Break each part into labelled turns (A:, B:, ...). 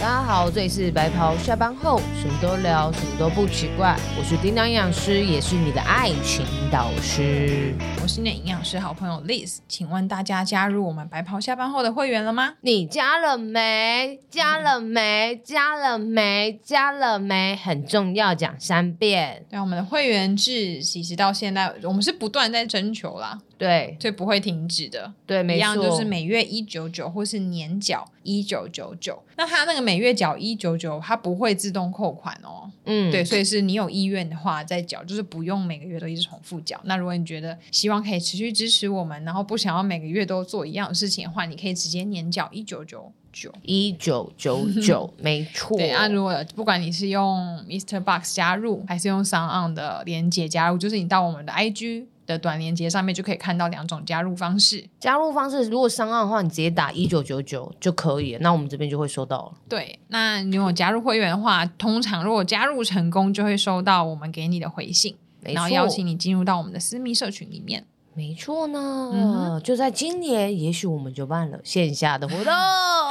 A: 大家好，这里是白袍下班后，什么都聊，什么都不奇怪。我是叮当营养师，也是你的爱情导师。
B: 我是你的营养师好朋友 Liz，请问大家加入我们白袍下班后的会员了吗？
A: 你加了没？加了没？加了没？加了没？很重要，讲三遍。
B: 对啊，我们的会员制其实到现在，我们是不断在征求啦，
A: 对
B: 所以不会停止的。
A: 对，
B: 一
A: 没
B: 样
A: 错，
B: 就是每月一九九或是年缴一九九九，那它那个每月缴一九九，它不会自动扣款哦。
A: 嗯
B: 对，所以是你有意愿的话再缴，就是不用每个月都一直重复缴。那如果你觉得希望可以持续支持我们，然后不想要每个月都做一样的事情的话，你可以直接年缴一九九九。
A: 一九九 九，没错。
B: 对啊，如果不管你是用 Mr. Box 加入，还是用 s o n On 的连接加入，就是你到我们的 IG 的短连接上面就可以看到两种加入方式。
A: 加入方式，如果上岸的话，你直接打一九九九就可以了，那我们这边就会收到了。
B: 对，那你有加入会员的话，通常如果加入成功，就会收到我们给你的回信，
A: 没
B: 然后
A: 错，
B: 邀请你进入到我们的私密社群里面。
A: 没错呢，
B: 嗯哼。
A: 就在今年，也许我们就办了线下的活动 哦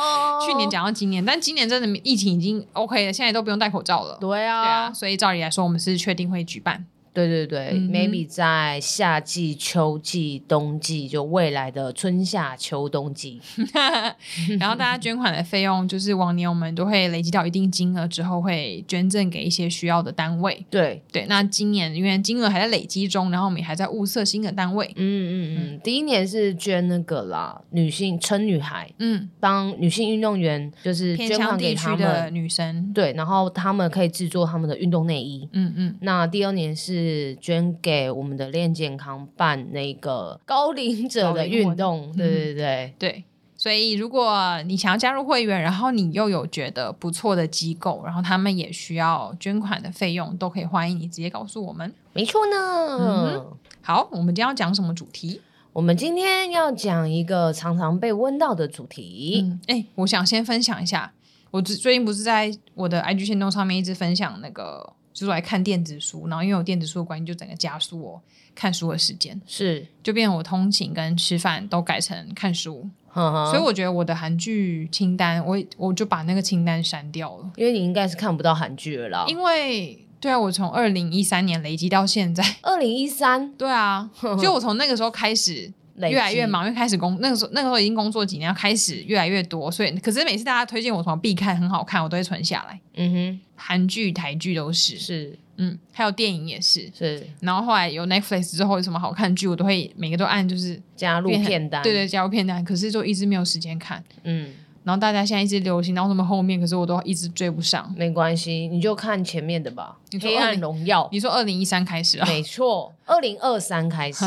B: 去年，讲到今年，但今年真的疫情已经 OK 了，现在都不用戴口罩了。
A: 对
B: 对啊，
A: 啊，
B: 所以照理来说，我们是确定会举办。
A: 对对对、
B: 嗯哼
A: m a y b e 在夏季、秋季、冬季，就未来的春夏秋冬季，
B: 然后大家捐款的费用，就是往年我们都会累积到一定金额之后，会捐赠给一些需要的单位。
A: 对，
B: 对，那今年因为金额还在累积中，然后我们也还在物色新的单位。
A: 嗯嗯嗯，第一年是捐那个啦，女性撑女孩，
B: 嗯，
A: 帮女性运动员就是
B: 偏
A: 捐
B: 乡
A: 款给
B: 地
A: 他
B: 区
A: 们
B: 的，女生。
A: 对，然后他们可以制作他们的运动内衣。
B: 嗯嗯，
A: 那第二年是捐给我们的练健康办那个高龄者的运动，对对对，
B: 对。所以，如果你想要加入会员，然后你又有觉得不错的机构，然后他们也需要捐款的费用，都可以欢迎你直接告诉我们。
A: 没错呢。
B: 嗯好，我们今天要讲什么主题？
A: 我们今天要讲一个常常被问到的主题，
B: 嗯，哎、我想先分享一下，我最最近不是在我的 IG 线动上面一直分享那个，就是我来看电子书，然后因为有电子书的关系，就整个加速我看书的时间，
A: 是，
B: 就变成我通勤跟吃饭都改成看书，
A: 呵呵
B: 所以我觉得我的韩剧清单，我我就把那个清单删掉了，
A: 因为你应该是看不到韩剧了啦。
B: 因为对啊，我从二零一三年累积到现在，
A: 二零一三
B: 对啊，所以我从那个时候开始越来越，忙，越开始工那个时候那个时候已经工作几年，要开始越来越多，所以可是每次大家推荐我什么必看很好看，我都会存下来。
A: 嗯
B: 韩剧、台剧都
A: 哼，
B: 是，
A: 是
B: 嗯，还有电影也是。
A: 是
B: 然后后来有 Netflix 之后，有什么好看剧，我都会每个都按，就是
A: 加入
B: 变很
A: 片单，
B: 对，对，加入片单。可是就一直没有时间看。
A: 嗯，
B: 然后大家现在一直流行到那么后面，可是我都一直追不上。
A: 没关系，你就看前面的吧，
B: 你
A: 《
B: 说
A: 黑暗
B: 20
A: 荣 耀
B: 你说二零一三开始》，啊，
A: 没错，二零二三开始，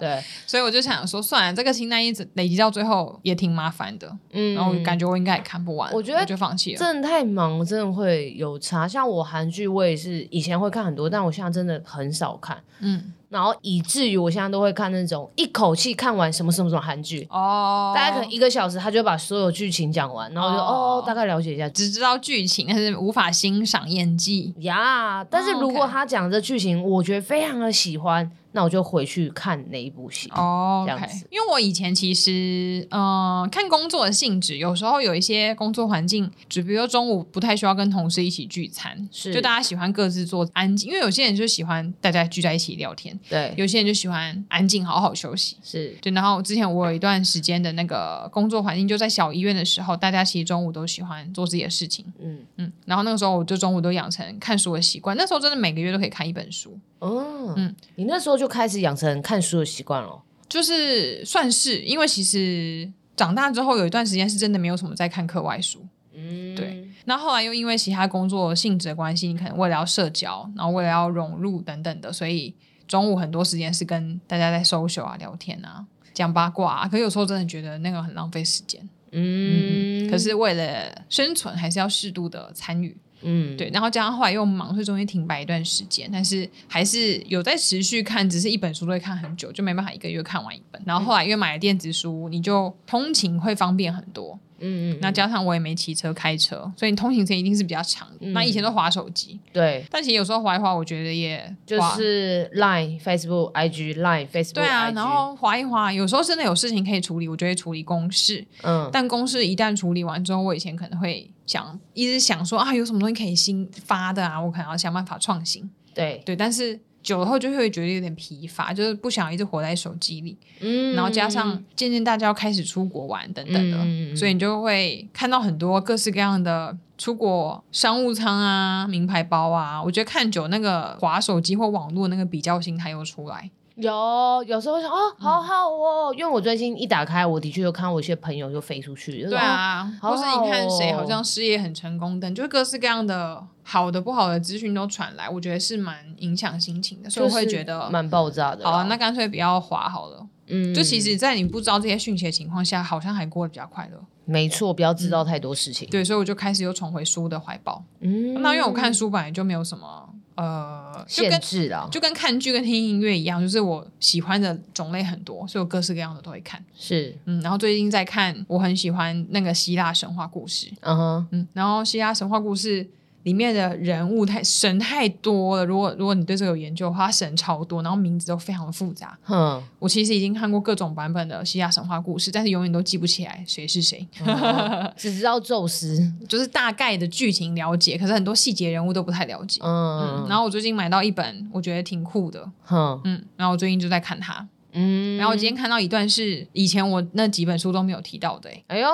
A: 对，
B: 所以我就想说，算了，这个清单一直累积到最后也挺麻烦的。
A: 嗯，
B: 然后我感觉我应该也看不完，
A: 我觉得
B: 就放弃了。
A: 真的太忙，真的会有差。像我韩剧，我也是以前会看很多，但我现在真的很少看。
B: 嗯，
A: 然后以至于我现在都会看那种一口气看完什么什么什么韩剧，
B: 哦，
A: 大概可能一个小时，他就会把所有剧情讲完，然后就
B: 哦
A: 哦大概了解一下。
B: 只知道剧情，但是无法欣赏演技。
A: 呀但是
B: 哦
A: 如果
B: ，OK
A: 他讲的剧情，我觉得非常的喜欢，那我就回去看那一部戏。
B: 哦
A: 嗯这样
B: ，OK，
A: 子
B: 因为我以前其实，嗯、看工作的性质，有时候有一些工作环境，就比如说中午不太需要跟同事一起聚餐，
A: 是
B: 就大家喜欢各自做安静，因为有些人就喜欢大家聚在一起聊天，
A: 对，
B: 有些人就喜欢安静好好休息。
A: 是
B: 对，然后之前我有一段时间的那个工作环境，就在小医院的时候，大家其实中午都喜欢做自己的事情，
A: 嗯
B: 嗯，然后那个时候我就中午都养成看书的习惯，那时候真的每个月都可以看一本书，
A: 哦，
B: 嗯
A: 你那时候就开始养成看书的习惯了。
B: 就是算是，因为其实长大之后有一段时间是真的没有什么在看课外书，
A: 嗯，
B: 对，那后来又因为其他工作性质的关系，你可能为了要社交，然后为了要融入等等的，所以中午很多时间是跟大家在 social 啊、聊天啊、讲八卦啊，可有时候真的觉得那个很浪费时间。
A: 嗯，
B: 可是为了生存，还是要适度的参与，
A: 嗯，
B: 对。然后加上后来又忙，所以中间停摆一段时间，但是还是有在持续看，只是一本书都会看很久，就没办法一个月看完一本。然后后来因为买了电子书，你就通勤会方便很多，
A: 嗯嗯，
B: 那加上我也没骑车开车，所以你通行时间一定是比较长的。
A: 嗯
B: 那以前都划手机，
A: 对，
B: 但其实有时候划一划，我觉得也
A: 就
B: 划
A: 是 Line、Facebook、IG、Line、Facebook、
B: 对啊，
A: IG
B: 然后划一划，有时候真的有事情可以处理，我就会处理公事。
A: 嗯，
B: 但公事一旦处理完之后，我以前可能会想一直想说啊，有什么东西可以新发的啊，我可能要想办法创新。
A: 对，
B: 对，但是久了后就会觉得有点疲乏，就是不想一直活在手机里。
A: 嗯
B: 然后加上渐渐大家要开始出国玩等等的，
A: 嗯嗯嗯
B: 所以你就会看到很多各式各样的出国商务舱啊、名牌包啊。我觉得看久那个滑手机或网络那个比较心态又出来，
A: 有有时候想
B: 嗯
A: 哦，好好哦，因为我最近一打开，我的确就看到我一些朋友就哦飞出去，
B: 对，啊，
A: 好
B: 或是你看谁
A: 好哦
B: 好像事业很成功等，就是各式各样的好的不好的资讯都传来，我觉得是蛮影响心情的，所以我会觉得。
A: 蛮爆炸的啦。
B: 好、啊，那干脆不要滑好了。
A: 嗯
B: 就其实，在你不知道这些讯息的情况下，好像还过得比较快乐。
A: 没错，不要知道太多事情。
B: 嗯对，所以我就开始又重回书的怀抱。
A: 嗯
B: 那因为我看书本来就没有什么呃，就
A: 限
B: 跟
A: 制啦，
B: 就跟看剧跟听音乐一样，就是我喜欢的种类很多，所以我各式各样的都会看。
A: 是，
B: 嗯，然后最近在看，我很喜欢那个希腊神话故事。
A: 嗯哼，
B: 嗯，然后希腊神话故事里面的人物太神太多了，如果如果你对这个有研究的话，它神超多，然后名字都非常的复杂。
A: 哼，
B: 我其实已经看过各种版本的希腊神话故事，但是永远都记不起来谁是谁。
A: 嗯只知道宙斯，
B: 就是大概的剧情了解，可是很多细节人物都不太了解。嗯
A: 嗯，，
B: 然后我最近买到一本，我觉得挺酷的，
A: 哼，
B: 嗯，然后我最近就在看它，
A: 嗯，
B: 然后我今天看到一段是以前我那几本书都没有提到的、欸，
A: 哎呦，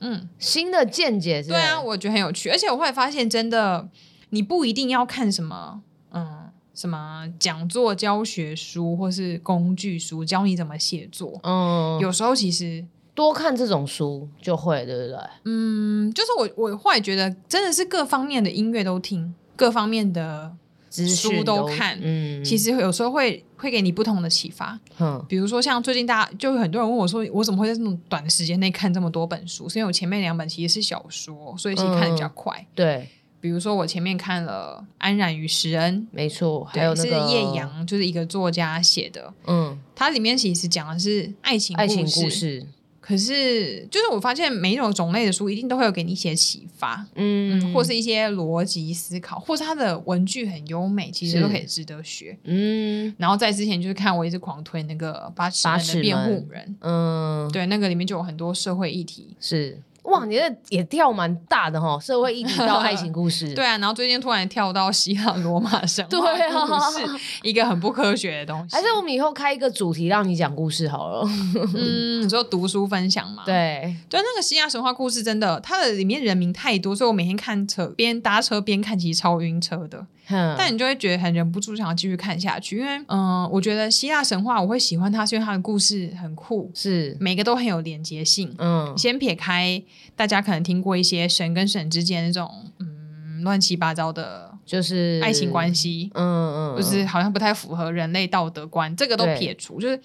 B: 嗯，
A: 新的见解是不
B: 对
A: 是，
B: 啊，我觉得很有趣，而且我后来发现，真的你不一定要看什么，嗯，什么讲座、教学书或是工具书，教你怎么写作，
A: 嗯，有
B: 有时候其实。
A: 多看这种书就会，对不对？
B: 嗯，就是我我后来觉得真的是各方面的音乐都听，各方面的
A: 资
B: 书
A: 讯
B: 都看
A: 嗯，
B: 其实有时候会会给你不同的启发。
A: 哼，
B: 比如说像最近大家就有很多人问我说，我怎么会在这么短的时间内看这么多本书？是因为我前面两本其实是小说，所以其实看的
A: 嗯
B: 比较快。
A: 对，
B: 比如说我前面看了《安然与石恩》，
A: 没错，
B: 对
A: 还有那个
B: 是叶，阳，就是一个作家写的，
A: 嗯，
B: 它里面其实讲的是爱情
A: 爱情故。事，
B: 可是，就是我发现每一种种类的书一定都会有给你一些启发，嗯，
A: 嗯，
B: 或是一些逻辑思考，或是它的文句很优美，其实
A: 是
B: 都可以值得学。
A: 嗯
B: 然后在之前就是看我一直狂推那个八尺门
A: 八
B: 的
A: 尺
B: 辩
A: 门
B: 护人，
A: 嗯，
B: 对，那个里面就有很多社会议题。
A: 是。哇，你这也跳蛮大的哈，社会议题到爱情故事，
B: 对啊，然后最近突然跳到希腊罗马神话
A: 对啊
B: 故事，一个很不科学的东西。
A: 还是我们以后开一个主题让你讲故事好了。
B: 嗯，你说读书分享 嘛？，
A: 对，
B: 对，那个希腊神话故事真的，它的里面人名太多，所以我每天看车边搭车边看，其实超晕车的。
A: 哼
B: 但你就会觉得很忍不住想要继续看下去，因为嗯、呃我觉得希腊神话我会喜欢它，是因为它的故事很酷，
A: 是
B: 每个都很有连结性。
A: 嗯
B: 先撇开大家可能听过一些神跟神之间那种嗯乱七八糟的
A: 就是
B: 爱情关，系，
A: 嗯嗯，嗯
B: 就是好像不太符合人类道德观，这个都
A: 对
B: 撇除。就是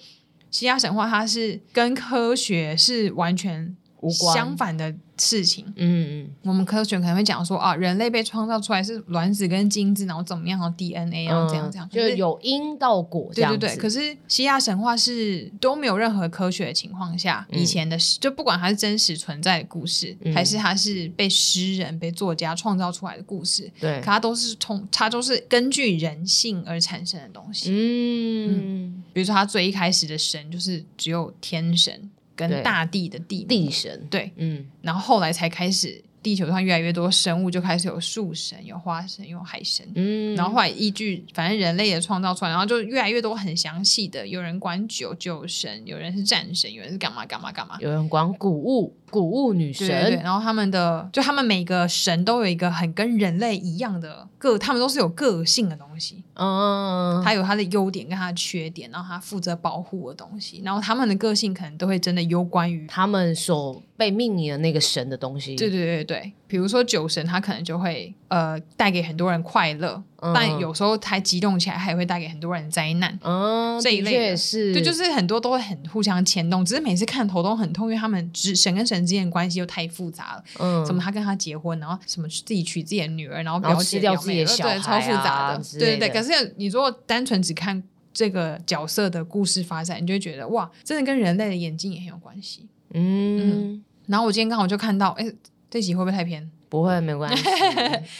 B: 希腊神话，它是跟科学是完全
A: 无关
B: 相，反的事情。
A: 嗯嗯
B: 我们科学可能会讲说啊，人类被创造出来是卵子跟精子，然后怎么样，然后 DNA，
A: 嗯，
B: 然后啊怎样怎样，
A: 就
B: 可
A: 是
B: 是
A: 有因到果这
B: 对
A: 样
B: 对
A: 子，
B: 对，可
A: 是
B: 是希腊神话是都没有任何科学的情况下，
A: 嗯
B: 以前的就不管它是真实存在的故事，
A: 嗯
B: 还是它是被诗人、被作家创造出来的故事，
A: 对
B: 可，它都是通，它都是根据人性而产生的东西。
A: 嗯，
B: 比如说，它最一开始的神就是只有天神跟
A: 对
B: 大地的地
A: 地神，
B: 对，
A: 嗯
B: 然后后来才开始地球上越来越多生物，就开始有树神、有花神、有海神，
A: 嗯，
B: 然后后来依据反正人类的创造出来，然后就越来越多很详细的，有人管酒酒神，有人是战神，有人是干嘛干嘛干嘛。
A: 有人管谷物，谷物女
B: 对对对，
A: 神，
B: 然后他们的就他们每个神都有一个很跟人类一样的个，他们都是有个性的东西，
A: 嗯，
B: 他有他的优点跟他的缺点，然后他负责保护的东西，然后他们的个性可能都会真的攸关于，
A: 他们所被命名的那个神的东西，
B: 对对对对对，比如说酒神他可能就会呃带给很多人快乐，
A: 嗯
B: 但有时候他激动起来，他也会带给很多人灾难，
A: 嗯，
B: 这一
A: 的
B: 类
A: 确
B: 的
A: 是，
B: 对，就是很多都会很互相牵动，只是每次看头都很痛，因为他们之神跟神之间的关系又太复杂了。
A: 嗯，
B: 什么他跟他结婚，然后什么自己娶自己的女儿，然后
A: 然后
B: 表姐
A: 吃掉
B: 表
A: 自己
B: 妹
A: 的
B: 呃
A: 小孩
B: 对，超复杂
A: 啊
B: 的，
A: 之
B: 对对
A: 类
B: 对。可
A: 的
B: 是你如果单纯只看这个角色的故事发展，你就会觉得哇，真的跟人类的眼睛也很有关系。
A: 嗯，
B: 然后我今天刚好就看到，哎，这集会不会太偏？
A: 不会，没 关系，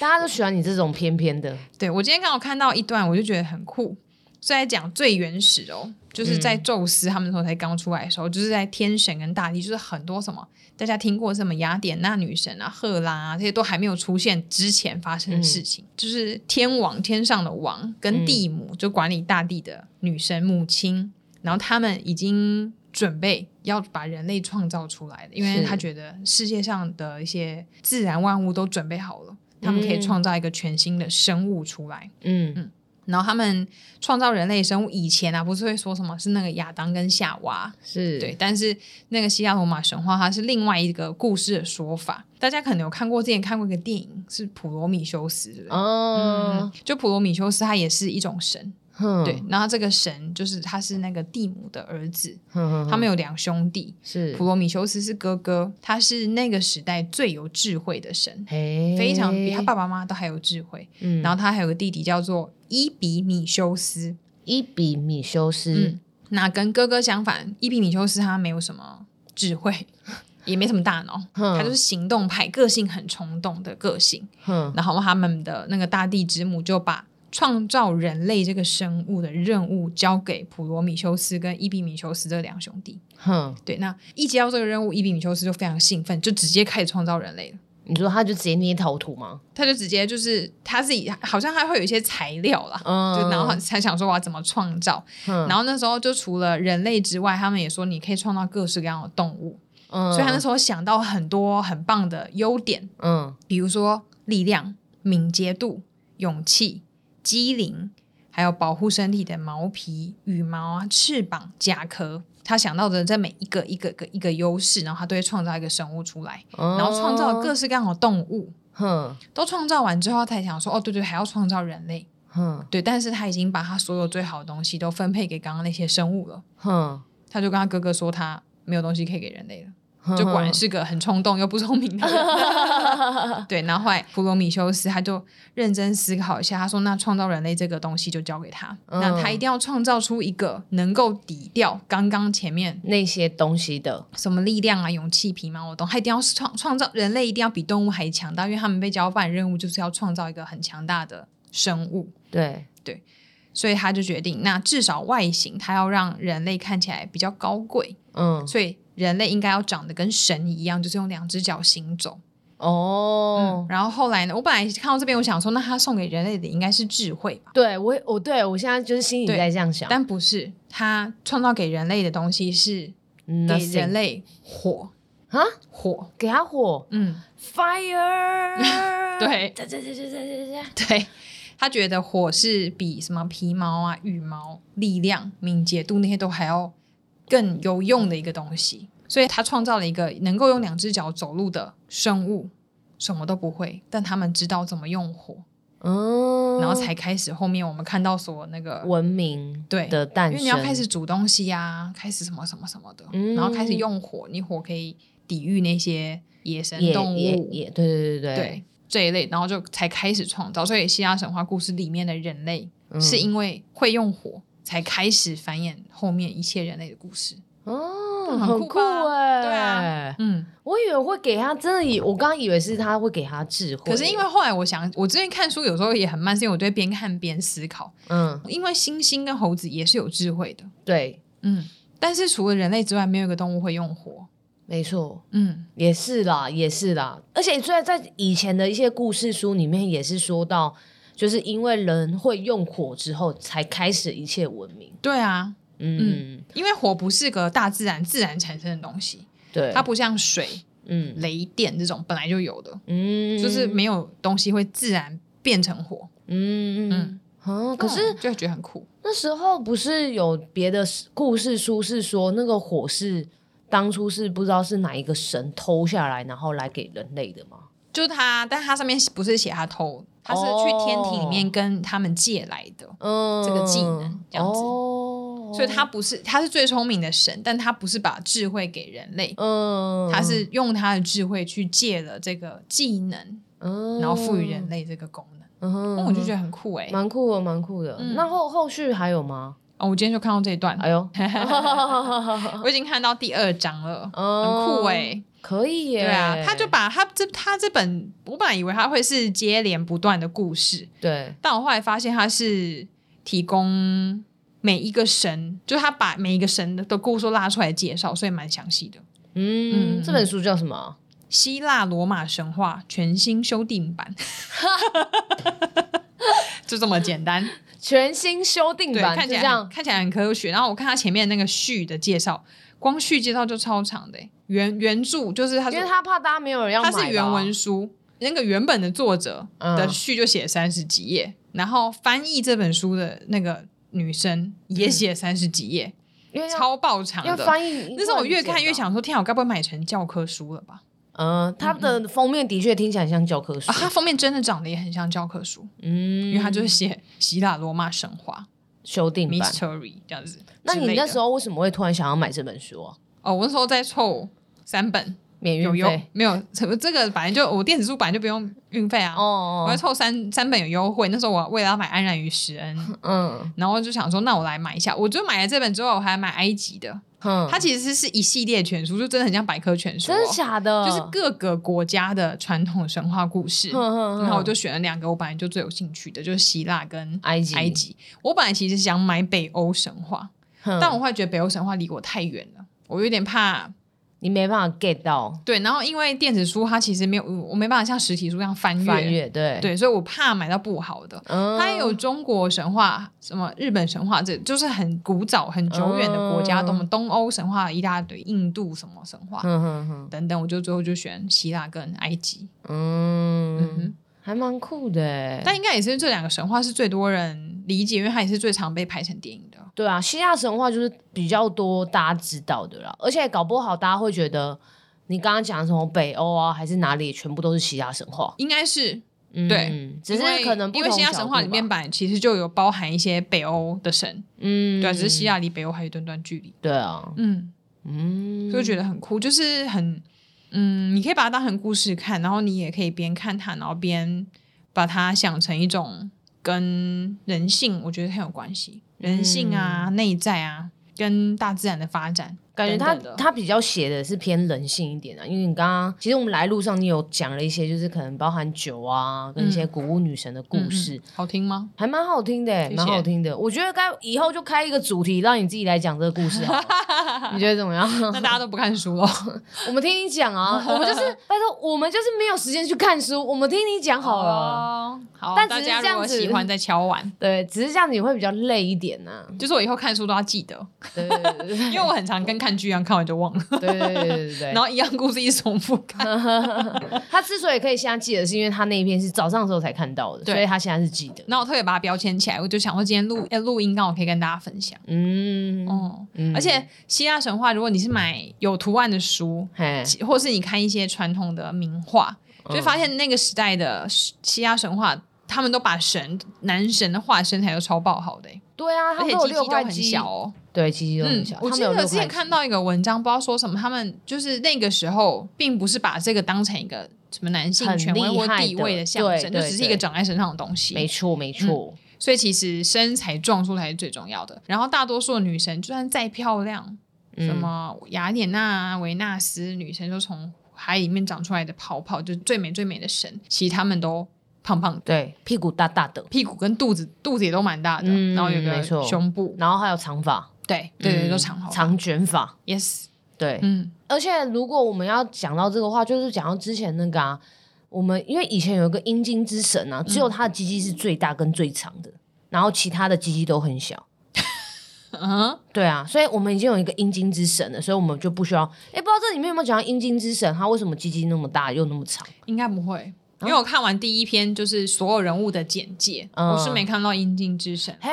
A: 大家都喜欢你这种偏偏的。
B: 对我今天刚好看到一段，我就觉得很酷，是在讲最原始哦，就是在宙斯他们那时候才刚出来的时候，就是在天神跟大地，就是很多什么大家听过什么雅典娜女神啊、赫拉啊这些都还没有出现之前发生的事情，就是天王天上的王跟地母、就管理大地的女神母亲，然后他们已经。准备要把人类创造出来的，因为
A: 是
B: 他觉得世界上的一些自然万物都准备好了，他们可以
A: 嗯
B: 创造一个全新的生物出来。
A: 嗯
B: 然后他们创造人类生物以前啊，不是会说什么是那个亚当跟夏娃，
A: 是
B: 对，但是那个希腊罗马神话它是另外一个故事的说法。大家可能有看过，之前看过一个电影是普罗米修斯，对不对？
A: 哦
B: 嗯，，就普罗米修斯他也是一种神，
A: 哼
B: 对，，然后这个神就是他是那个蒂姆的儿子，他
A: 他
B: 们有两兄弟，
A: 嗯是
B: 普罗米修斯是哥哥，他是那个时代最有智慧的神，
A: 嘿
B: 非常比他爸爸妈妈都还有智慧。
A: 嗯，
B: 然
A: 然后
B: 后他还有个弟弟叫做伊比米修斯，
A: 伊比米修斯
B: 嗯，那跟哥哥相反，伊比米修斯他没有什么智慧，也没什么大脑，
A: 哼
B: 嗯他就是行动派，个性很冲动的个性。
A: 哼
B: 然后他们的那个大地之母就把创造人类这个生物的任务交给普罗米修斯跟伊比米修斯这两兄弟。
A: 哼，
B: 对，那一接到这个任务，伊比米修斯就非常兴奋，就直接开始创造人类了。
A: 你说他就直接捏陶土吗？
B: 他就直接就是他自己好像还会有一些材料啦，
A: 嗯
B: 就然后才想说我要怎么创造。
A: 哼
B: 然后那时候就除了人类之外，他们也说你可以创造各式各样的动物，
A: 嗯
B: 所以他那时候想到很多很棒的优点，
A: 嗯
B: 比如说力量、敏捷度、勇气、机灵，还有保护身体的毛皮、羽毛啊、翅膀、甲壳。他想到的这每一个一个一个一个优势，然后他都会创造一个生物出来，
A: 哦
B: 然后创造各式各样的动物。
A: 哼
B: 都创造完之后，他才想说，哦，对对，还要创造人类，
A: 哼
B: 对，但是他已经把他所有最好的东西都分配给刚刚那些生物了，
A: 哼，
B: 他就跟他哥哥说，他没有东西可以给人类了，
A: 嗯哼
B: 就果然是个很冲动又不聪明的人。 对，然后后来普罗米修斯他就认真思考一下，他说：“那创造人类这个东西就交给他，
A: 嗯
B: 那他一定要创造出一个能够抵掉刚刚前面
A: 那些东西的，
B: 什么力量啊、勇气、皮毛，我懂。他一定要创创造人类，一定要比动物还强大，因为他们被交办任务就是要创造一个很强大的生物，
A: 对，
B: 所以他就决定，那至少外形他要让人类看起来比较高贵，
A: 嗯
B: 所以人类应该要长得跟神一样，就是用两只脚行走。
A: 哦
B: 嗯，。然后后来呢，我本来看到这边，我想说，那他送给人类的应该是智慧吧？
A: 对我，我对我现在就是心里
B: 对
A: 在这样想，
B: 但不是，他创造给人类的东西是给
A: Nothing
B: 人类火
A: 嗯啊，
B: 火，
A: 给他 火
B: 嗯。
A: ，fire，
B: 对
A: 对对对对对对对，
B: 对他觉得火是比什么皮毛啊、羽毛、力量、敏捷度那些都还要更有用的一个东西，所以他创造了一个能够用两只脚走路的生物，什么都不会，但他们知道怎么用火，
A: 嗯，
B: 然后才开始后面我们看到所那个。
A: 文明
B: 对
A: 的诞
B: 因
A: 生，
B: 为你要开始煮东西呀、开始什么什么什么的，
A: 嗯
B: 然后开始用火，你火可以抵御那些野生
A: 也
B: 动物，
A: 也也对对对
B: 对这一类，然后就才开始创造。所以希腊神话故事里面的人类，
A: 嗯
B: 是因为会用火才开始繁衍后面一切人类的故事。
A: 哦，
B: 嗯很
A: 很
B: 酷吧
A: 哎，
B: 对啊，嗯，
A: 我以为会给他，真的以我刚刚以为是他会给他智慧，
B: 可是因为后来我想，我之前看书有时候也很慢，是因为我都会边看边思考。
A: 嗯，
B: 因为猩猩跟猴子也是有智慧的，
A: 对，
B: 嗯，但是除了人类之外，没有一个动物会用火，
A: 没错，
B: 嗯，
A: 也是啦，也是啦，而且虽然在以前的一些故事书里面也是说到，就是因为人会用火之后，才开始一切文明，
B: 对啊，
A: 嗯，
B: 因为火不是个大自然自然产生的东西，
A: 对，
B: 它不像水、
A: 嗯
B: 雷电这种本来就有的，
A: 嗯，
B: 就是没有东西会自然变成火，
A: 嗯嗯
B: 嗯
A: 嗯，可是
B: 嗯就会觉得很酷，
A: 那时候不是有别的故事书是说那个火是当初是不知道是哪一个神偷下来，然后来给人类的吗？
B: 就他，但他上面不是写他偷，他是去天庭里面跟他们借来的，
A: 嗯，
B: 这个技能这样子
A: 哦，
B: 所以他不是他是最聪明的神，但他不是把智慧给人类，
A: 嗯，
B: 他是用他的智慧去借了这个技能，
A: 嗯，
B: 然后赋予人类这个功能。
A: 嗯，
B: 哦我就觉得很酷哎、
A: 蛮酷的，蛮酷的。
B: 嗯
A: 那后后续还有 吗？
B: 哦，我今天 就看到这一段，
A: 哎呦，
B: 我已经看到第二章了，
A: 嗯
B: 很酷哎、
A: 可以耶。
B: 对啊，他就把他这他这本，我本来以为他会是接连不断的故事，
A: 对
B: 但我后来发现他是提供每一个神，就是他把每一个神的的故事都拉出来介绍，所以蛮详细的。
A: 嗯，
B: 嗯
A: 这本书叫什么？
B: 希腊罗马神话全新修订版， 就这么简单。
A: 全新修订
B: 对，
A: 版，
B: 看
A: 就
B: 起
A: 这
B: 来
A: 样
B: 很看起来很科学。然后我看他前面那个序的介绍，光序介绍就超长的欸、原原著就是他
A: 因
B: 说
A: 为他怕大家没有人要买哦嗯
B: 它
A: 吧，
B: 是原文书，那个原本的作者的序就写三十几页，然后翻译这本书的那个女生也写三十几页，
A: 因为要
B: 超爆
A: 嗯
B: 长
A: 啊要
B: 的。
A: 翻译。
B: 那时候我越看越，想说，天啊，我该不会买成教科书了吧？
A: 嗯，它的封面的确听起来像教科书
B: 啊，，它封面真的长得也很像教科书，
A: 嗯，
B: 因为它就是写希腊罗马神话
A: 修订版。
B: mystery 这样子之类的。
A: 那你那时
B: 候
A: 候为什么会突然想要买这本书啊？
B: 哦，我那时候在凑三本，
A: 免
B: 有
A: 运
B: 优
A: 费
B: 没有？这这个反正就我电子书本来就不用运费啊，我
A: 哦
B: 要，凑三三本有优惠。那时候我为了要买《安然与石恩》，
A: 嗯
B: 然后就想说，那我来买一下。我就买了这本之后，我还买埃及的，
A: 嗯哼，
B: 它其实是一系列全书，就真的很像百科全书、哦，
A: 真的假的？
B: 就是各个国家的传统神话故事。
A: 哼哼哼
B: 然后我就选了两个我本来就最有兴趣的，就是希腊跟
A: 嗯埃及
B: 埃及，我本来其实想买北欧神话，
A: 哼
B: 但我会觉得北欧神话离我太远了，我有点怕
A: 你没办法 get 到
B: 对，然后因为电子书它其实没有，我没办法像实体书这样翻阅，
A: 翻阅，对，
B: 对，所以我怕买到不好的。
A: 嗯
B: 它也有中国神话，什么日本神话，这就是很古早、很久远的国家，
A: 嗯
B: 东、东欧神话一大堆，印度什么神话、
A: 哼哼哼，
B: 等等，我就最后就选希腊跟埃及。嗯
A: 嗯
B: 哼，
A: 还蛮酷的欸。
B: 但应该也是这两个神话是最多人理解，因为它也是最常被拍成电影的。
A: 对啊，希腊神话就是比较多大家知道的啦，而且搞不好大家会觉得你刚刚讲的什么北欧啊，还是哪里，全部都是希腊神话。
B: 应该是
A: 嗯，
B: 对，
A: 只是
B: 因为
A: 可能不
B: 因为
A: 同
B: 希腊
A: 角
B: 神
A: 度
B: 话里面
A: 吧，
B: 版其实就有包含一些北欧的神，
A: 嗯，
B: 对啊，只是希，腊离北欧还有一段段距离。
A: 对啊，
B: 嗯，
A: 嗯，
B: 就觉得很酷，就是很嗯，你可以把它当成故事看，然后你也可以边看它，然后边把它想成一种跟人性，我觉得很有关系，人性啊、
A: 嗯
B: 内在啊，跟大自然的发展，
A: 感觉他
B: 等等的
A: 他比较写的是偏人性一点的、因为你刚刚其实我们来路上你有讲了一些，就是可能包含酒啊，跟一些古物女神的故事，
B: 嗯嗯好听 吗？
A: 还蛮好听的、欸，
B: 谢
A: 蛮好听的。我觉得该以后就开一个主题，让你自己来讲这个故事好 了，你觉得怎么样？
B: 那大家都不看书了，
A: 我们听你讲啊，我们就是拜托，我们就是没有时间去看书，我们听你讲 好了。
B: 哦， 好，
A: 但
B: 大
A: 只是
B: 家
A: 这
B: 如
A: 样
B: 果
A: 子
B: 喜欢再敲完，
A: 对，只是这样子也会比较累一点呐、
B: 就是我以后看书都要记得，
A: 对对对对
B: 因为我很常跟看剧一样，看完就忘了，
A: 对对对对对嗯
B: 然。后一样故事一直重复看，
A: 他之所以可以现在记得，是因为他那一篇是早上的时候才看到的，
B: 对
A: 所以他现在是记得。
B: 然后我特别把它标签起来，我就想说今天录哎录音刚好可以跟大家分享。
A: 嗯，
B: 哦，
A: 嗯
B: 而且希腊神话，如果你是买有图案的书，
A: 嘿，
B: 其或是你看一些传统的名画，
A: 嗯
B: 就会发现那个时代的希腊神话，他们都把神男神的画身材都超爆好的欸、
A: 对啊，他
B: 而
A: 们
B: 且
A: 都有
B: 鸡鸡
A: 六
B: 都
A: 块
B: 很
A: 肌，
B: 小哦。
A: 对，鸡鸡都
B: 嗯
A: 很小。，
B: 我
A: 他
B: 记
A: 们有
B: 得
A: 六
B: 之前
A: 块
B: 看
A: 肌，
B: 到一个文章，不知道说什么，他们就是那个时候并不是把这个当成一个什么男性
A: 很
B: 权威
A: 厉
B: 或
A: 害
B: 地
A: 的
B: 位的象
A: 对
B: 征，就
A: 对
B: 只是一
A: 对
B: 个长在身上的东西。
A: 没错
B: 嗯
A: 没错，
B: 所以其实身材壮硕才是最重要的。然后大多数的女神就算再漂亮，
A: 嗯
B: 什么雅典娜啊、维纳斯，女神就从海里面长出来的泡泡，就是最美最美的神。其实她们都胖胖的，
A: 对，屁股大大的，
B: 屁股跟肚子肚子也都蛮大的，
A: 嗯
B: 然后有
A: 没
B: 个
A: 错
B: 胸部，
A: 然后还有长发，
B: 对对对，
A: 嗯
B: 都长好
A: 长卷发，
B: ，yes，
A: 对。
B: 嗯，
A: 而且如果我们要讲到这个话，就是讲到之前那个啊，我们因为以前有一个阴茎之神啊，
B: 嗯
A: 只有他的鸡鸡是最大跟最长的，然后其他的鸡鸡都很小。
B: 嗯，
A: 对啊，所以我们已经有一个阴茎之神了，所以我们就不需要。哎，不知道这里面有没有讲到阴茎之神，他为什么鸡鸡那么大又那么长？
B: 应该不会。
A: 啊
B: 因为我看完第一篇，就是所有人物的简介，
A: 嗯
B: 我是没看到阴茎之神，
A: 嘿，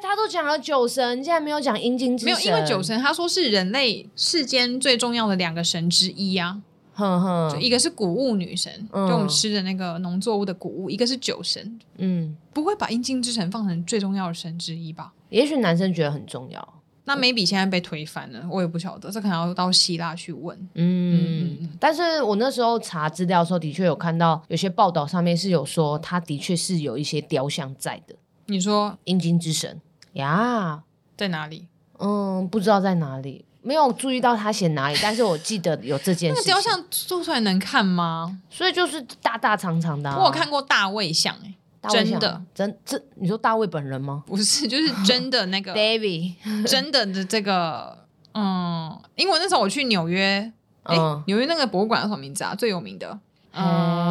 A: 他都讲了酒神，竟然没有讲阴茎之
B: 没
A: 神。
B: 有，因为酒，神他说是人类世间最重要的两个神之一啊，
A: 哼
B: 就
A: 哼，
B: 一个是谷物女神，
A: 嗯
B: 就我们吃的那个农作物的谷物；一个是酒神，
A: 嗯，
B: 不会把阴茎之神放成最重要的神之一吧？
A: 也许男生觉得很重要，
B: 那 maybe 现在被推翻了，我也不晓得，这可能要到希腊去问。
A: 嗯。
B: 嗯，
A: 但是我那时候查资料的时候，的确有看到有些报道上面是有说，他的确是有一些雕像在的，
B: 你说
A: 阴茎之神呀，
B: 在哪里？
A: 嗯，不知道在哪里。没有注意到他写哪里，但是我记得有这件
B: 那
A: 事情。
B: 个雕像做出来能看吗？
A: 所以就是大大长长的啊、
B: 我有看过大卫像、欸，
A: 大卫像
B: 真的
A: 真这，你说大卫本人吗
B: 不是，就是 真的那个
A: ？David，
B: 真的的这个，嗯，因为那时候我去纽约，哎、
A: 嗯
B: 纽约那个博物馆叫什么名字啊？最有名的，嗯，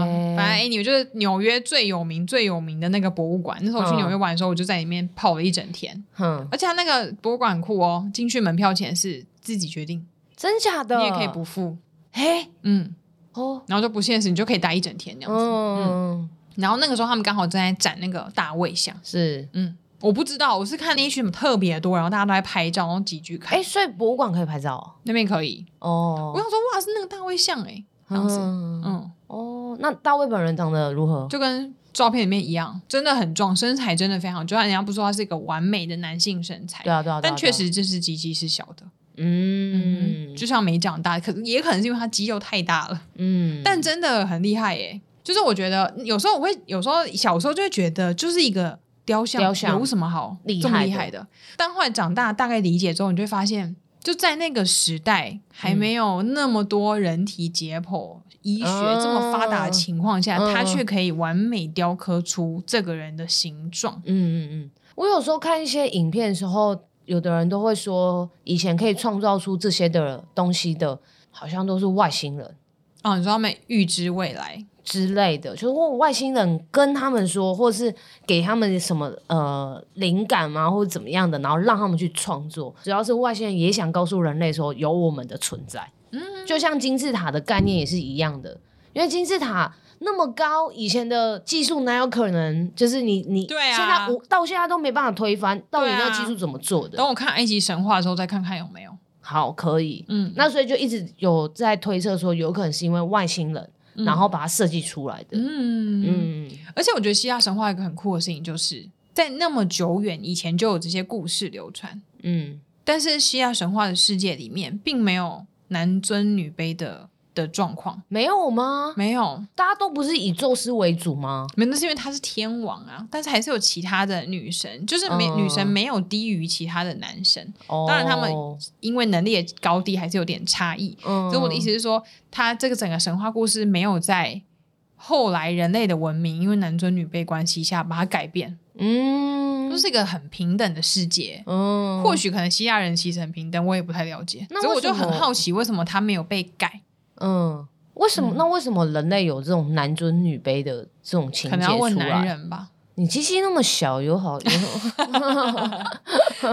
A: 嘿
B: 反正 anyway 就是纽约最有名最有名的那个博物馆。那时候我去
A: 嗯
B: 纽约玩的时候，我就在里面泡了一整天，
A: 哼，
B: 而且它那个博物馆很酷哦，进去门票钱是自己决定，
A: 真假的？
B: 你也可以不付，
A: 嘿
B: 嗯，
A: 哦，
B: 然后就不限时，你就可以待一整天这样子。
A: 嗯，
B: 然后那个时候他们刚好正在展那个大卫像，
A: 是。
B: 嗯，我不知道，我是看那一群特别多，然后大家都在拍照，然后集聚看，
A: 哎，所以博物馆可以拍照啊
B: 那边可以。
A: 哦。
B: 我想说，哇，是那个大卫像哎、这样子，
A: 嗯
B: 嗯，
A: 哦，那大卫本人长得如何？
B: 就跟照片里面一样，真的很壮，身材真的非常好，就像人家不说他是一个完美的男性身材，
A: 对啊，对啊，对啊
B: 但确，
A: 对啊
B: 实就是鸡鸡是小的，
A: 嗯，
B: 就像没长大，可也可能是因为他肌肉太大了，
A: 嗯，
B: 但真的很厉害耶、就是我觉得有时候我会，有时候小时候就会觉得就是一个雕像，
A: 雕像
B: 有什么好
A: 厉害
B: 这么厉
A: 的
B: 害的？但后来长大大概理解之后，你就会发现。就在那个时代，还
A: 嗯
B: 没有那么多人体解剖、医学这么发达的情况下，
A: 嗯
B: 它却可以完美雕刻出这个人的形状。
A: 嗯嗯嗯，我有时候看一些影片的时候，有的人都会说，以前可以创造出这些的东西的，好像都是外星人
B: 哦，你说他们预知未来，
A: 之类的，就是问外星人跟他们说，或是给他们什么呃灵感嘛，或者怎么样的，然后让他们去创作。主要是外星人也想告诉人类说，有我们的存在。嗯，就像金字塔的概念也是一样的，因为金字塔。那么高，以前的技术哪有可能？就是你你，
B: 对
A: 现
B: 啊
A: 在我到现在都没办法推翻，到底那
B: 对
A: 个
B: 啊
A: 技术怎么做的？
B: 等我看埃及神话的时候再看看有没有。
A: 好，可以。
B: 嗯，
A: 那所以就一直有在推测说，有可能是因为外星人，
B: 嗯
A: 然后把它设计出来的。
B: 嗯嗯。
A: 嗯
B: 而且我觉得希腊神话有一个很酷的事情，就是在那么久远以前就有这些故事流传，
A: 嗯，
B: 但是希腊神话的世界里面并没有男尊女卑的的状况，
A: 没有吗？
B: 没有。
A: 大家都不是以宙斯为主吗？
B: 没，那是因为他是天王啊，但是还是有其他的女神，就是没、
A: 嗯
B: 女神没有低于其他的男神，
A: 哦，
B: 当然他们因为能力的高低还是有点差异。
A: 嗯，
B: 所以我的意思是说，他这个整个神话故事没有在后来人类的文明因为男尊女卑关系下把它改变，
A: 嗯，
B: 就是一个很平等的世界。
A: 嗯，
B: 或许可能希腊人其实很平等，我也不太了解。
A: 那
B: 所以我
A: 为什
B: 就很
A: 么
B: 好奇，为什么他没有被改？
A: 嗯，为什么？那为什么人类有这种男尊女卑的这种情
B: 可
A: 节
B: 能要问
A: 出
B: 男
A: 来？
B: 人吧，
A: 你鸡鸡那么小，有好有 好？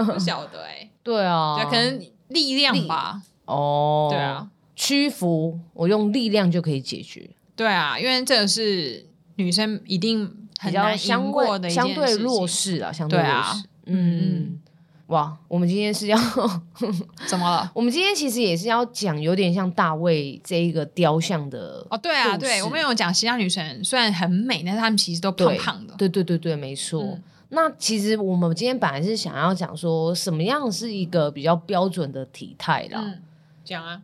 B: 不晓得哎、
A: 对啊，
B: 对，可能力量吧。
A: 哦，
B: 对啊，，
A: 屈服，我用力量就可以解决。
B: 对啊，因为这个是女生一定
A: 比
B: 很
A: 较
B: 难赢
A: 相
B: 过的
A: 对
B: 一件
A: 相对
B: 事情
A: 弱势啊，相对
B: 对
A: 弱
B: 啊
A: 势。嗯嗯，哇，我们今天是要，
B: 怎么了？
A: 我们今天其实也是要讲有点像大卫这一个雕像的
B: 哦，对啊，
A: 故
B: 对，
A: 事
B: 我们有讲希腊女神虽然很美，但是她们其实都胖
A: 对
B: 胖的。
A: 对对对对，没错。
B: 嗯
A: 那其实我们今天本来是想要讲说，什么样是一个比较标准的体态啦？
B: 嗯，讲啊，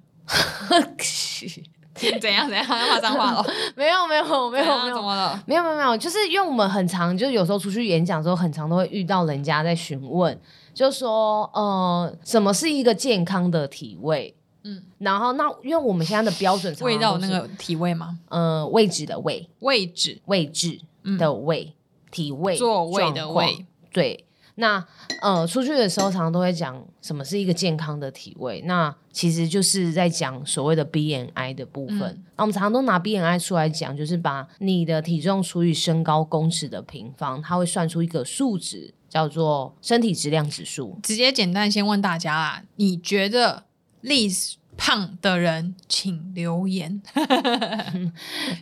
B: 怎样怎样，要骂脏话了？
A: 没有没有 没有
B: 怎样
A: 没
B: 怎
A: 有。
B: 么了？
A: 没有没有没有，就是因为我们很常，就是有时候出去演讲的时候，很常都会遇到人家在询问，就说呃，什么是一个健康的体位？
B: 嗯，
A: 然后那因为我们现在的标准常常
B: 味道那
A: 都是
B: 个体味吗？
A: 呃位置的位
B: 位置，
A: 位置
B: 嗯，
A: 的位、体位
B: 座位的
A: 状况
B: 位，
A: 对。那呃出去的时候常常都会讲什么是一个健康的体位，那其实就是在讲所谓的 BNI 的部分。
B: 嗯
A: 那我们常常都拿 BNI 出来讲，就是把你的体重除以身高公尺的平方，它会算出一个数值，叫做身体质量指数。
B: 直接简单先问大家啦，你觉得 Liz 胖的人，请 留言。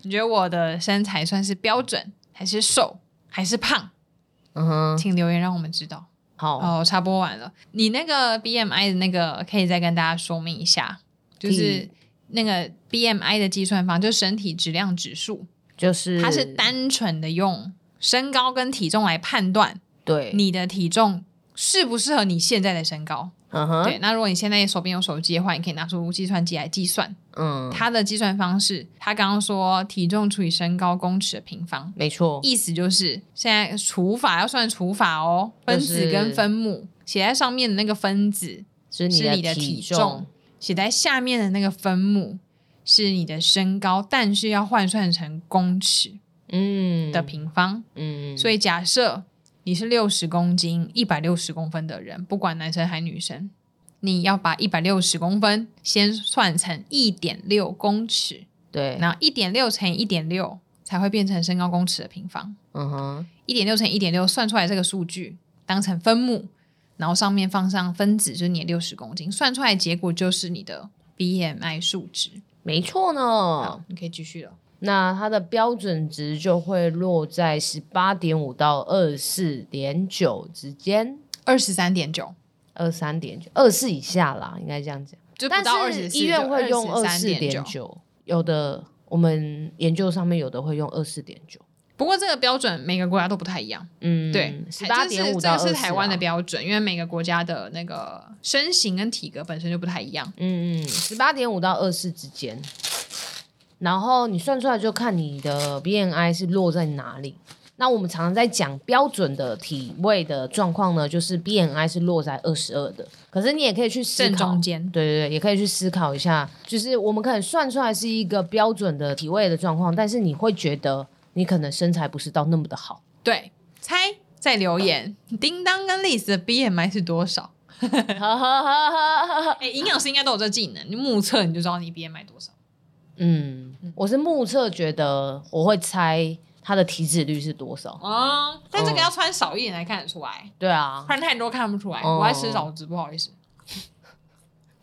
B: 你觉得我的身材算是标准，还是瘦，还是胖？
A: 嗯哼，
B: 请留言让我们知道。
A: 好，
B: 哦，插播完了。你那个 BMI 的那个可以再跟大家说明一下，就是
A: 嗯
B: 那个 BMI 的计算方，就是身体质量指数，
A: 就是
B: 它是单纯的用身高跟体重来判断
A: 对，
B: 你的体重适不适合你现在的身高。
A: 嗯哼，
B: 对，那如果你现在手边有手机的话，你可以拿出计算机来计算
A: 嗯，
B: 它的计算方式。它刚刚说体重除以身高公尺的平方。
A: 没错，
B: 意思就是现在除法要算除法哦，分
A: 就是
B: 子跟分母写在上面的那个分子
A: 就是
B: 是你的体
A: 体
B: 重，写在下面的那个分母是你的身高，但是要换算成公尺
A: 嗯
B: 的，平方。
A: 嗯，
B: 所以假设你是六十公斤、一百六十公分的人，不管男生还女生，你要把一百六十公分先算成一点六公尺，
A: 对，
B: 然后一点六乘以一点六才会变成身高公尺的平方。
A: 嗯哼，
B: 一点六乘一点六算出来这个数据，当成分母，然后上面放上分子，就是你六十公斤，算出来的结果就是你的 BMI 数值。
A: 没错
B: 好
A: 呢。，
B: 你可以继续了。
A: 那它的标准值就会落在十八点五到二四点九之间，
B: 二十三点九，
A: 二三点九，二四以下啦，应该这样讲。
B: 就不
A: 但
B: 到二
A: 是
B: 十
A: 医院会用二四点
B: 点。
A: 九，有的我们研究上面有的会用二四点九。
B: 不过这个标准每个国家都不太一样，
A: 嗯，
B: 对，
A: 十八点五
B: 这
A: 到
B: 个
A: 二十、啊
B: 是这个是台湾的标准，因为每个国家的那个身形跟体格本身就不太一样。
A: 嗯嗯，十八点五到二四之间，然后你算出来就看你的 BMI 是落在哪里。那我们常常在讲标准的体位的状况呢，就是 BMI 是落在二十二的，可是你也可以去思
B: 正
A: 考
B: 中间
A: 对对对，也可以去思考一下，就是我们可能算出来是一个标准的体位的状况，但是你会觉得你可能身材不是到那么的 好。
B: 对，猜再留言，叮当跟丽丝的 BMI 是多少？哎、营养师应该都有这技能，你目测你就知道你 BMI 多少。
A: 嗯，我是目测觉得我会猜他的体脂率是多少。
B: 哦，但这个要穿少一点才看得出来，
A: 对啊，
B: 穿太多看不出来。
A: 哦
B: 我爱吃枣子，不好意思。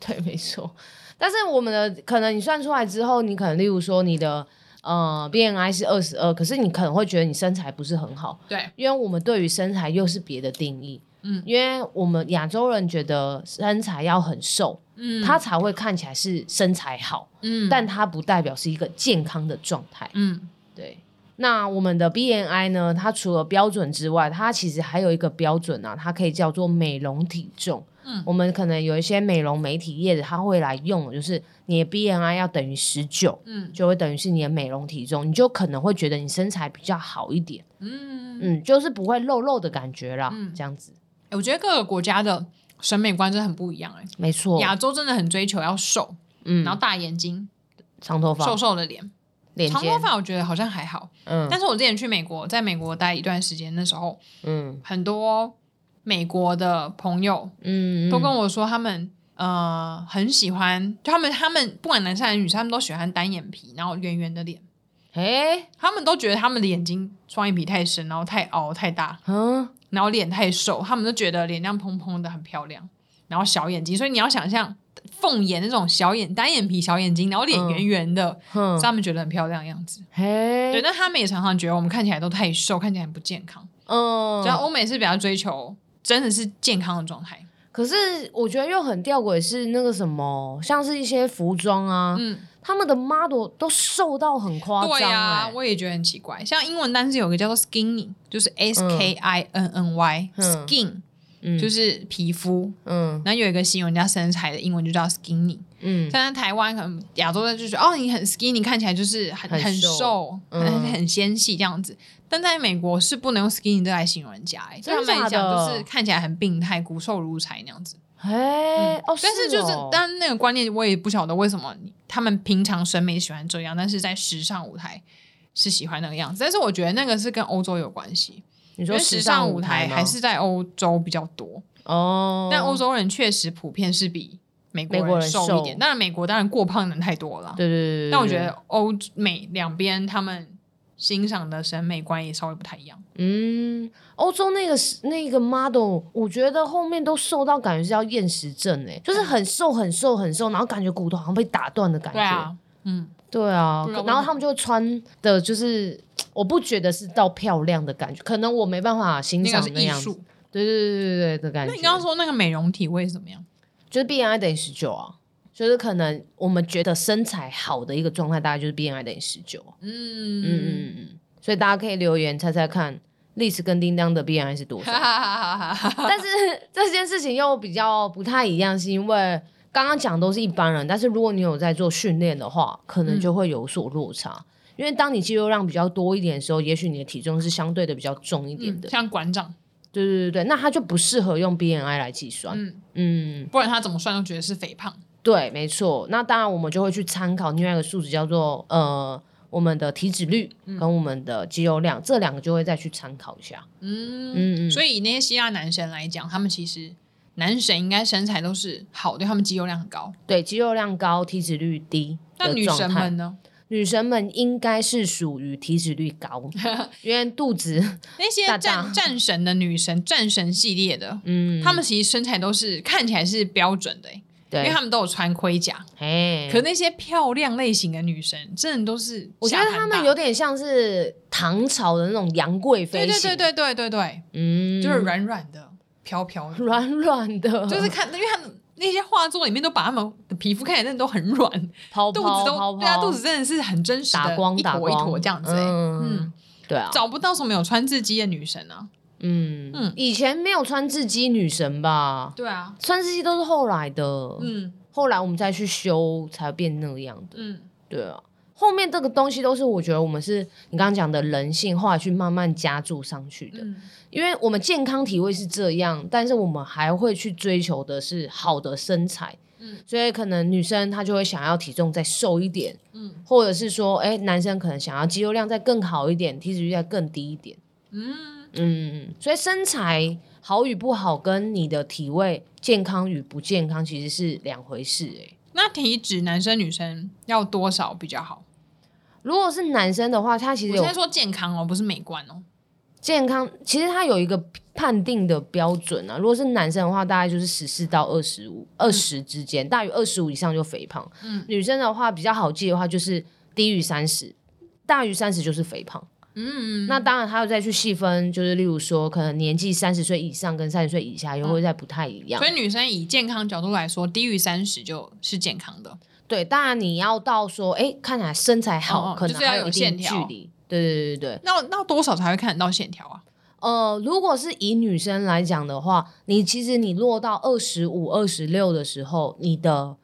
A: 对，没错。但是我们的可能你算出来之后，你可能例如说你的呃 BMI 是二十二，可是你可能会觉得你身材不是很好，
B: 对，
A: 因为我们对于身材又是别的定义。
B: 嗯
A: 因为我们亚洲人觉得身材要很瘦，
B: 嗯
A: 他才会看起来是身材好，
B: 嗯
A: 但它不代表是一个健康的状态。
B: 嗯
A: 对，那我们的 BMI 呢，它除了标准之外，它其实还有一个标准啊，它可以叫做美容体重。
B: 嗯
A: 我们可能有一些美容媒体业的，他会来用，就是你的 BMI 要等于十九，
B: 嗯
A: 就会等于是你的美容体重，你就可能会觉得你身材比较好一点，
B: 嗯嗯、
A: 嗯，就是不会肉肉的感觉啦，
B: 嗯
A: 这样子，
B: 哎我觉得各个国家的审美观真的很不一样哎、
A: 没错，
B: 亚洲真的很追求要瘦，
A: 嗯
B: 然，后大眼睛、
A: 长头发
B: 瘦，瘦的脸，
A: 脸
B: 长头
A: 尖，
B: 发我觉得好像还好。
A: 嗯
B: 但是我之前去美国，在美国待一段时间，那时候
A: 嗯
B: 很多美国的朋友
A: 嗯，
B: 都跟我说他们呃很喜欢，就他们他们不管男生还是女生，他们都喜欢单眼皮，然后圆圆的脸。
A: 哎，
B: 他们都觉得他们的眼睛双眼皮太深，然后太凹太大，
A: 嗯，
B: 然后脸太瘦，他们都觉得脸这样蓬蓬的很漂亮，然后小眼睛，所以你要想象凤眼那种小眼单眼皮小眼睛，然后脸
A: 嗯
B: 圆圆的，
A: 哼
B: 是，他们觉得很漂亮的样子。对，
A: 嘿，
B: 但他们也常常觉得我们看起来都太瘦，看起来很不健康。
A: 嗯，
B: 所以欧美是比较追求真的是健康的状态。
A: 可是我觉得又很吊诡是那个什么，像是一些服装啊，
B: 嗯，
A: 他们的 model 都瘦到很夸张、欸，
B: 对呀、我也觉得很奇怪。像英文单词有个叫做 skinny，就是 S K I N N Y，skin、
A: 嗯
B: skin
A: 嗯
B: 就是皮肤。
A: 嗯
B: 然后有一个形容人家身材的英文就叫 skinny，
A: 嗯
B: 但在台湾可能亚洲人就觉得哦，你很 skinny，看起来就是很
A: 很
B: 很
A: 瘦
B: 瘦、很
A: 嗯
B: 很纤细这样子。但在美国是不能用 skinny 这来形容人家、欸，对他
A: 真
B: 们来
A: 假
B: 讲
A: 的
B: 就是看起来很病态、骨瘦如柴那样子。
A: 哎、哦，
B: 嗯但是就是，
A: 哦、
B: 但那个观念我也不晓得为什么你他们平常审美喜欢这样，但是在时尚舞台是喜欢那个样子。但是我觉得那个是跟欧洲有关系，
A: 你
B: 因
A: 说
B: 为时
A: 尚
B: 尚舞台
A: 吗
B: 还是在欧洲比较多。
A: 哦，
B: 但欧洲人确实普遍是比美国
A: 美国
B: 人
A: 人
B: 瘦一
A: 瘦
B: 点，当然美国当然过胖的人太多了。
A: 对对对对，
B: 但我
A: 对
B: 觉得欧美两边他们欣赏的审美观也稍微不太一样。
A: 嗯，欧洲那个那个 model，我觉得后面都瘦到感觉是要厌食症哎、就是很瘦很瘦很瘦，然后感觉骨头好像被打断的感觉，
B: 嗯
A: 对
B: 对啊，嗯，
A: 啊
B: 不知道，为
A: 然后
B: 什
A: 他们就穿的就是，我不觉得是到漂亮的感觉，可能我没办法欣
B: 那个
A: 赏
B: 是
A: 那
B: 艺
A: 样子。
B: 术。
A: 对对对对对的感
B: 那
A: 觉。
B: 你刚刚说那个美容体位是怎么样？
A: 就是 BMI 等于十九啊，就是可能我们觉得身材好的一个状态，大概就是 BMI 等于十九。嗯嗯
B: 嗯嗯，
A: 嗯嗯，所以大家可以留言猜猜看，历史跟叮当的 BMI 是多
B: 哈
A: 少？
B: 哈哈哈 哈。
A: 但是这件事情又比较不太一样，是因为刚刚讲都是一般人，但是如果你有在做训练的话，可
B: 嗯
A: 能就会有所落差。因为当你肌肉量比较多一点的时候，也许你的体重是相对的比较重一点
B: 嗯
A: 的。
B: 像馆长，
A: 对对对对，那它就不适合用 BNI 来计算。
B: 嗯，
A: 嗯，
B: 不然他怎么算都觉得是肥胖。
A: 对，没错。那当然我们就会去参考另外一个数值，叫做呃我们的体脂率跟我们的肌肉量，这两个就会再去参考一下。
B: 嗯，
A: 嗯嗯，
B: 所以以那些希腊男神来讲，他们其实男神应该身材都是好的，他们肌肉量很高。
A: 对肌肉量高、体脂率低
B: 那
A: 的
B: 女
A: 状
B: 神
A: 态
B: 们呢？
A: 女神们应该是属于体脂率 高，因为肚子，
B: 那些
A: 大大
B: 战战神的女神、战神系列的，
A: 嗯，
B: 他们其实身材都是看起来是标准的欸、因为
A: 对
B: 他，们都有穿盔甲。
A: 哎，
B: 可那些漂亮类型的女神，真的都是
A: 我觉得
B: 下盘
A: 他
B: 大
A: 们有点像是唐朝的那种杨贵妃
B: 对对
A: 型，
B: 对对对对对，
A: 嗯，
B: 就是软软的、飘飘的，
A: 软软的，
B: 就是看，因为他们那些画作里面都把他们的皮肤看起来真的都很软，
A: 泡泡
B: 肚子都
A: 泡
B: 对啊，
A: 泡
B: 肚子真的是很真实的，
A: 打光
B: 一
A: 打
B: 坨
A: 光
B: 一坨这样子、欸，嗯
A: 嗯，对啊，
B: 找不到什么有穿字肌的女神啊，
A: 嗯
B: 嗯
A: 嗯，以前没有穿字肌女神吧？
B: 对啊，
A: 穿字肌都是后来的，
B: 嗯
A: 后来我们再去修才变那个样子。
B: 嗯
A: 对啊，后面这个东西都是我觉得我们是你刚刚讲的人性化去慢慢加注上去的，
B: 嗯，
A: 因为我们健康体位是这样，但是我们还会去追求的是好的身材。
B: 嗯
A: 所以可能女生她就会想要体重再瘦一点，
B: 嗯
A: 或者是说，哎、男生可能想要肌肉量再更好一点，体脂率再更低一点。
B: 嗯，
A: 嗯，所以身材好与不好跟你的体位健康与不健康其实是两回事、欸。
B: 那体脂男生女生要多少比较好？
A: 如果是男生的话，他其
B: 我
A: 实
B: 现
A: 有
B: 在说健康哦，不是美观哦，
A: 健康其实它有一个判定的标准啊，如果是男生的话，大概就是十四到二十五、二十之间，大于二十五以上就肥胖。
B: 嗯
A: 女生的话比较好记的话，就是低于三十，大于三十就是肥胖。
B: 嗯，
A: 那当然还有再去细分，就是例如说，可能年纪三十岁以上跟三十岁以下又会再不太一样。
B: 嗯所以女生以健康角度来说，低于三十就是健康的。
A: 对，当然你要到说，哎、看起来身材好，
B: 哦哦
A: 可能
B: 就是要
A: 还
B: 有
A: 一
B: 线
A: 定距
B: 条
A: 离。对对对对对，
B: 那那多少才会看得到线条啊？
A: 呃，如果是以女生来讲的话，你其实你落到二十五、二十六的时候，你的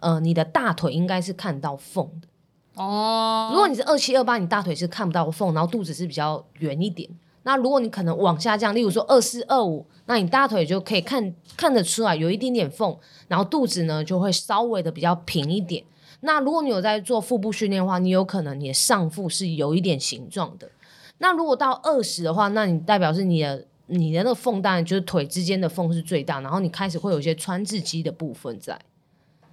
A: 呃你的大腿应该是看到缝的。
B: 哦，
A: 如果你是二七二八，你大腿是看不到缝，然后肚子是比较圆一点。那如果你可能往下降，例如说二四二五，那你大腿就可以看看得出来有一点点缝，然后肚子呢就会稍微的比较平一点。那如果你有在做腹部训练的话，你有可能你的上腹是有一点形状的。那如果到二十的话，那你代表是你的你的那个缝当然就是腿之间的缝是最大，然后你开始会有一些穿刺肌的部分在。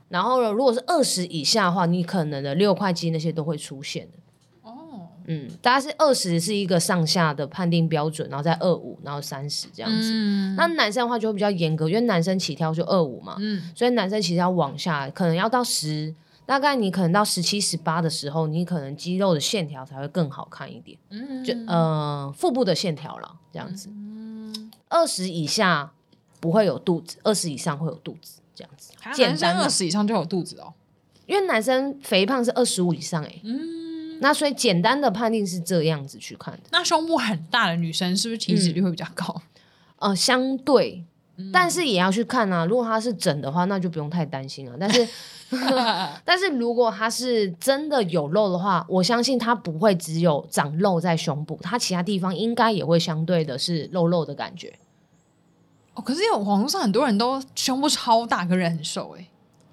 A: 然后呢，如果是二十以下的话，你可能的六块肌那些都会出现的。
B: 哦，
A: 嗯，大概是二十是一个上下的判定标准，然后再二五，然后三十这样子。
B: 嗯
A: 那男生的话就会比较严格，因为男生起跳就二五嘛，
B: 嗯
A: 所以男生其实要往下，可能要到十，大概你可能到十七、十八的时候，你可能肌肉的线条才会更好看一点，
B: 嗯，
A: 就呃腹部的线条了，这样子。
B: 嗯，
A: 二十以下不会有肚子，二十以上会有肚子，这样子。
B: 啊
A: 简
B: 男
A: 单
B: 生
A: 啊
B: 二十以上就有肚子哦。
A: 因为男生肥胖是二十五以上、欸，
B: 嗯，
A: 那所以简单的判定是这样子去看的，
B: 那胸部很大的女生是不是体脂率会比较高？
A: 呃，相对。
B: 嗯
A: 但是也要去看啊，如果它是整的话，那就不用太担心了。但 是但是如果它是真的有肉的话，我相信它不会只有长肉在胸部，它其他地方应该也会相对的是肉肉的感觉。
B: 哦，可是有网络上很多人都胸部超大，可人很瘦哎、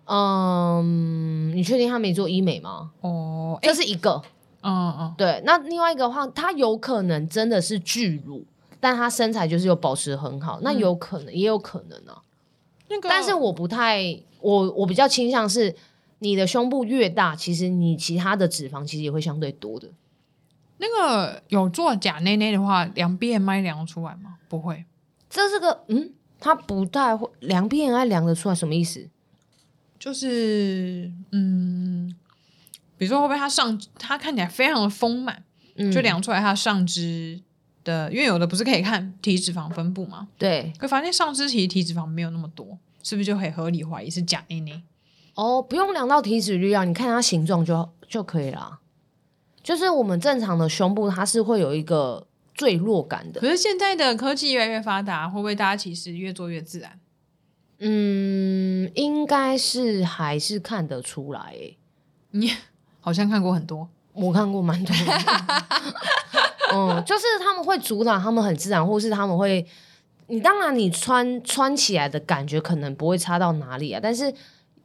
A: 嗯，你确定他没做医美吗？
B: 哦，哎、
A: 这是一个。
B: 嗯嗯，
A: 对，那另外一个的话，他有可能真的是巨乳，但他身材就是有保持很好，那
B: 嗯
A: 有可能、也有可能啊。
B: 那个，
A: 但是我不太，我我比较倾向是，你的胸部越大，其实你其他的脂肪其实也会相对多的。
B: 那个有做假内内的话，量 BMI 量得出来吗？不会，
A: 这是个嗯，它不太会量 BMI 量得出来，什么意思？
B: 就是嗯，比如说会不会她上她看起来非常的丰满，
A: 嗯，
B: 就量出来她上肢的，因为有的不是可以看体脂肪分布嘛，
A: 对
B: 可发现上肢其实体脂肪没有那么多，是不是就可以合理怀疑是假内内？
A: 哦，不用量到体脂率啊，你看它形状就就可以啦。就是我们正常的胸部，它是会有一个坠落感的。
B: 可是现在的科技越来越发达，会不会大家其实越做越自然？
A: 嗯，应该是还是看得出来、欸。
B: 好像看过很多，
A: 我看过蛮多 的，嗯，就是他们会阻挡他们很自然，或是他们会你当然你穿穿起来的感觉可能不会差到哪里啊，但是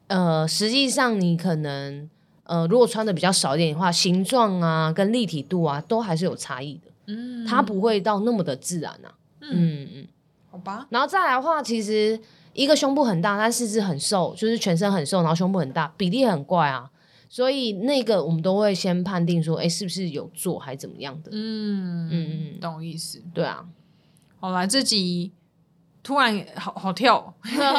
A: 呃，实际上你可能呃，如果穿的比较少一点的话，形状啊跟立体度啊都还是有差异的，
B: 嗯，
A: 它不会到那么的自然啊。
B: 嗯，
A: 嗯嗯
B: 好吧，
A: 然后再来的话，其实一个胸部很大，但四肢很瘦，就是全身很瘦，然后胸部很大，比例很怪啊。所以那个我们都会先判定说，哎，是不是有做还怎么样的？
B: 嗯
A: 嗯嗯
B: 懂意思。
A: 对 啊，
B: 好啦，这集突然好好跳哦，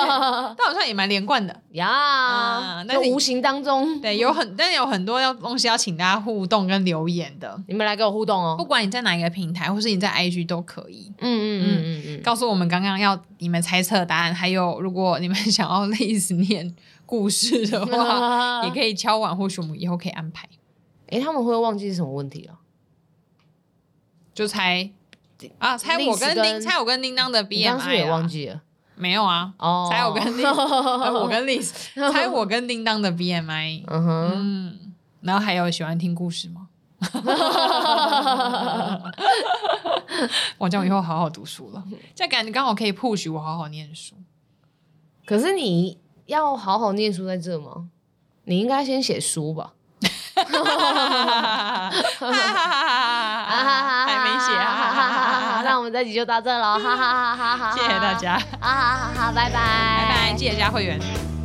B: 但好像也蛮连贯的。
A: 呀，
B: 啊那
A: 那
B: 你
A: 无形当中，
B: 对，有很但有很多要东西要请大家互动跟留言的，
A: 你们来给我互动
B: 不
A: 哦。
B: 管你在哪一个平台，或是你在 IG 都可以。
A: 嗯嗯嗯嗯嗯，
B: 告诉我们刚刚要你们猜测的答案，还有如果你们 想要类似念故事的话， 也可以敲碗，或许我们以后可以安排。
A: 哎，他们会忘记是什么问题啊？
B: 就猜啊，猜我跟
A: 历史
B: 叮，
A: 跟
B: 猜我跟叮当的 BMI
A: 你刚是不是也
B: 啊
A: 忘记了？
B: 没有啊？
A: 哦，
B: 猜我跟 叮，呃我跟 Liz，猜我跟叮当的 BMI。
A: 嗯哼，
B: 嗯，然后还有喜欢听故事吗？我这样以后好好读书了，这样感觉刚好可以 push 我好好念书。
A: 可是你要好好念书在这吗？你应该先写书吧。
B: 还没写，
A: 那我们这集就到这了，哈哈哈哈哈！
B: 谢谢大，家，
A: 啊哈哈哈，拜拜，
B: 拜拜，记得加会员。
A: 拜。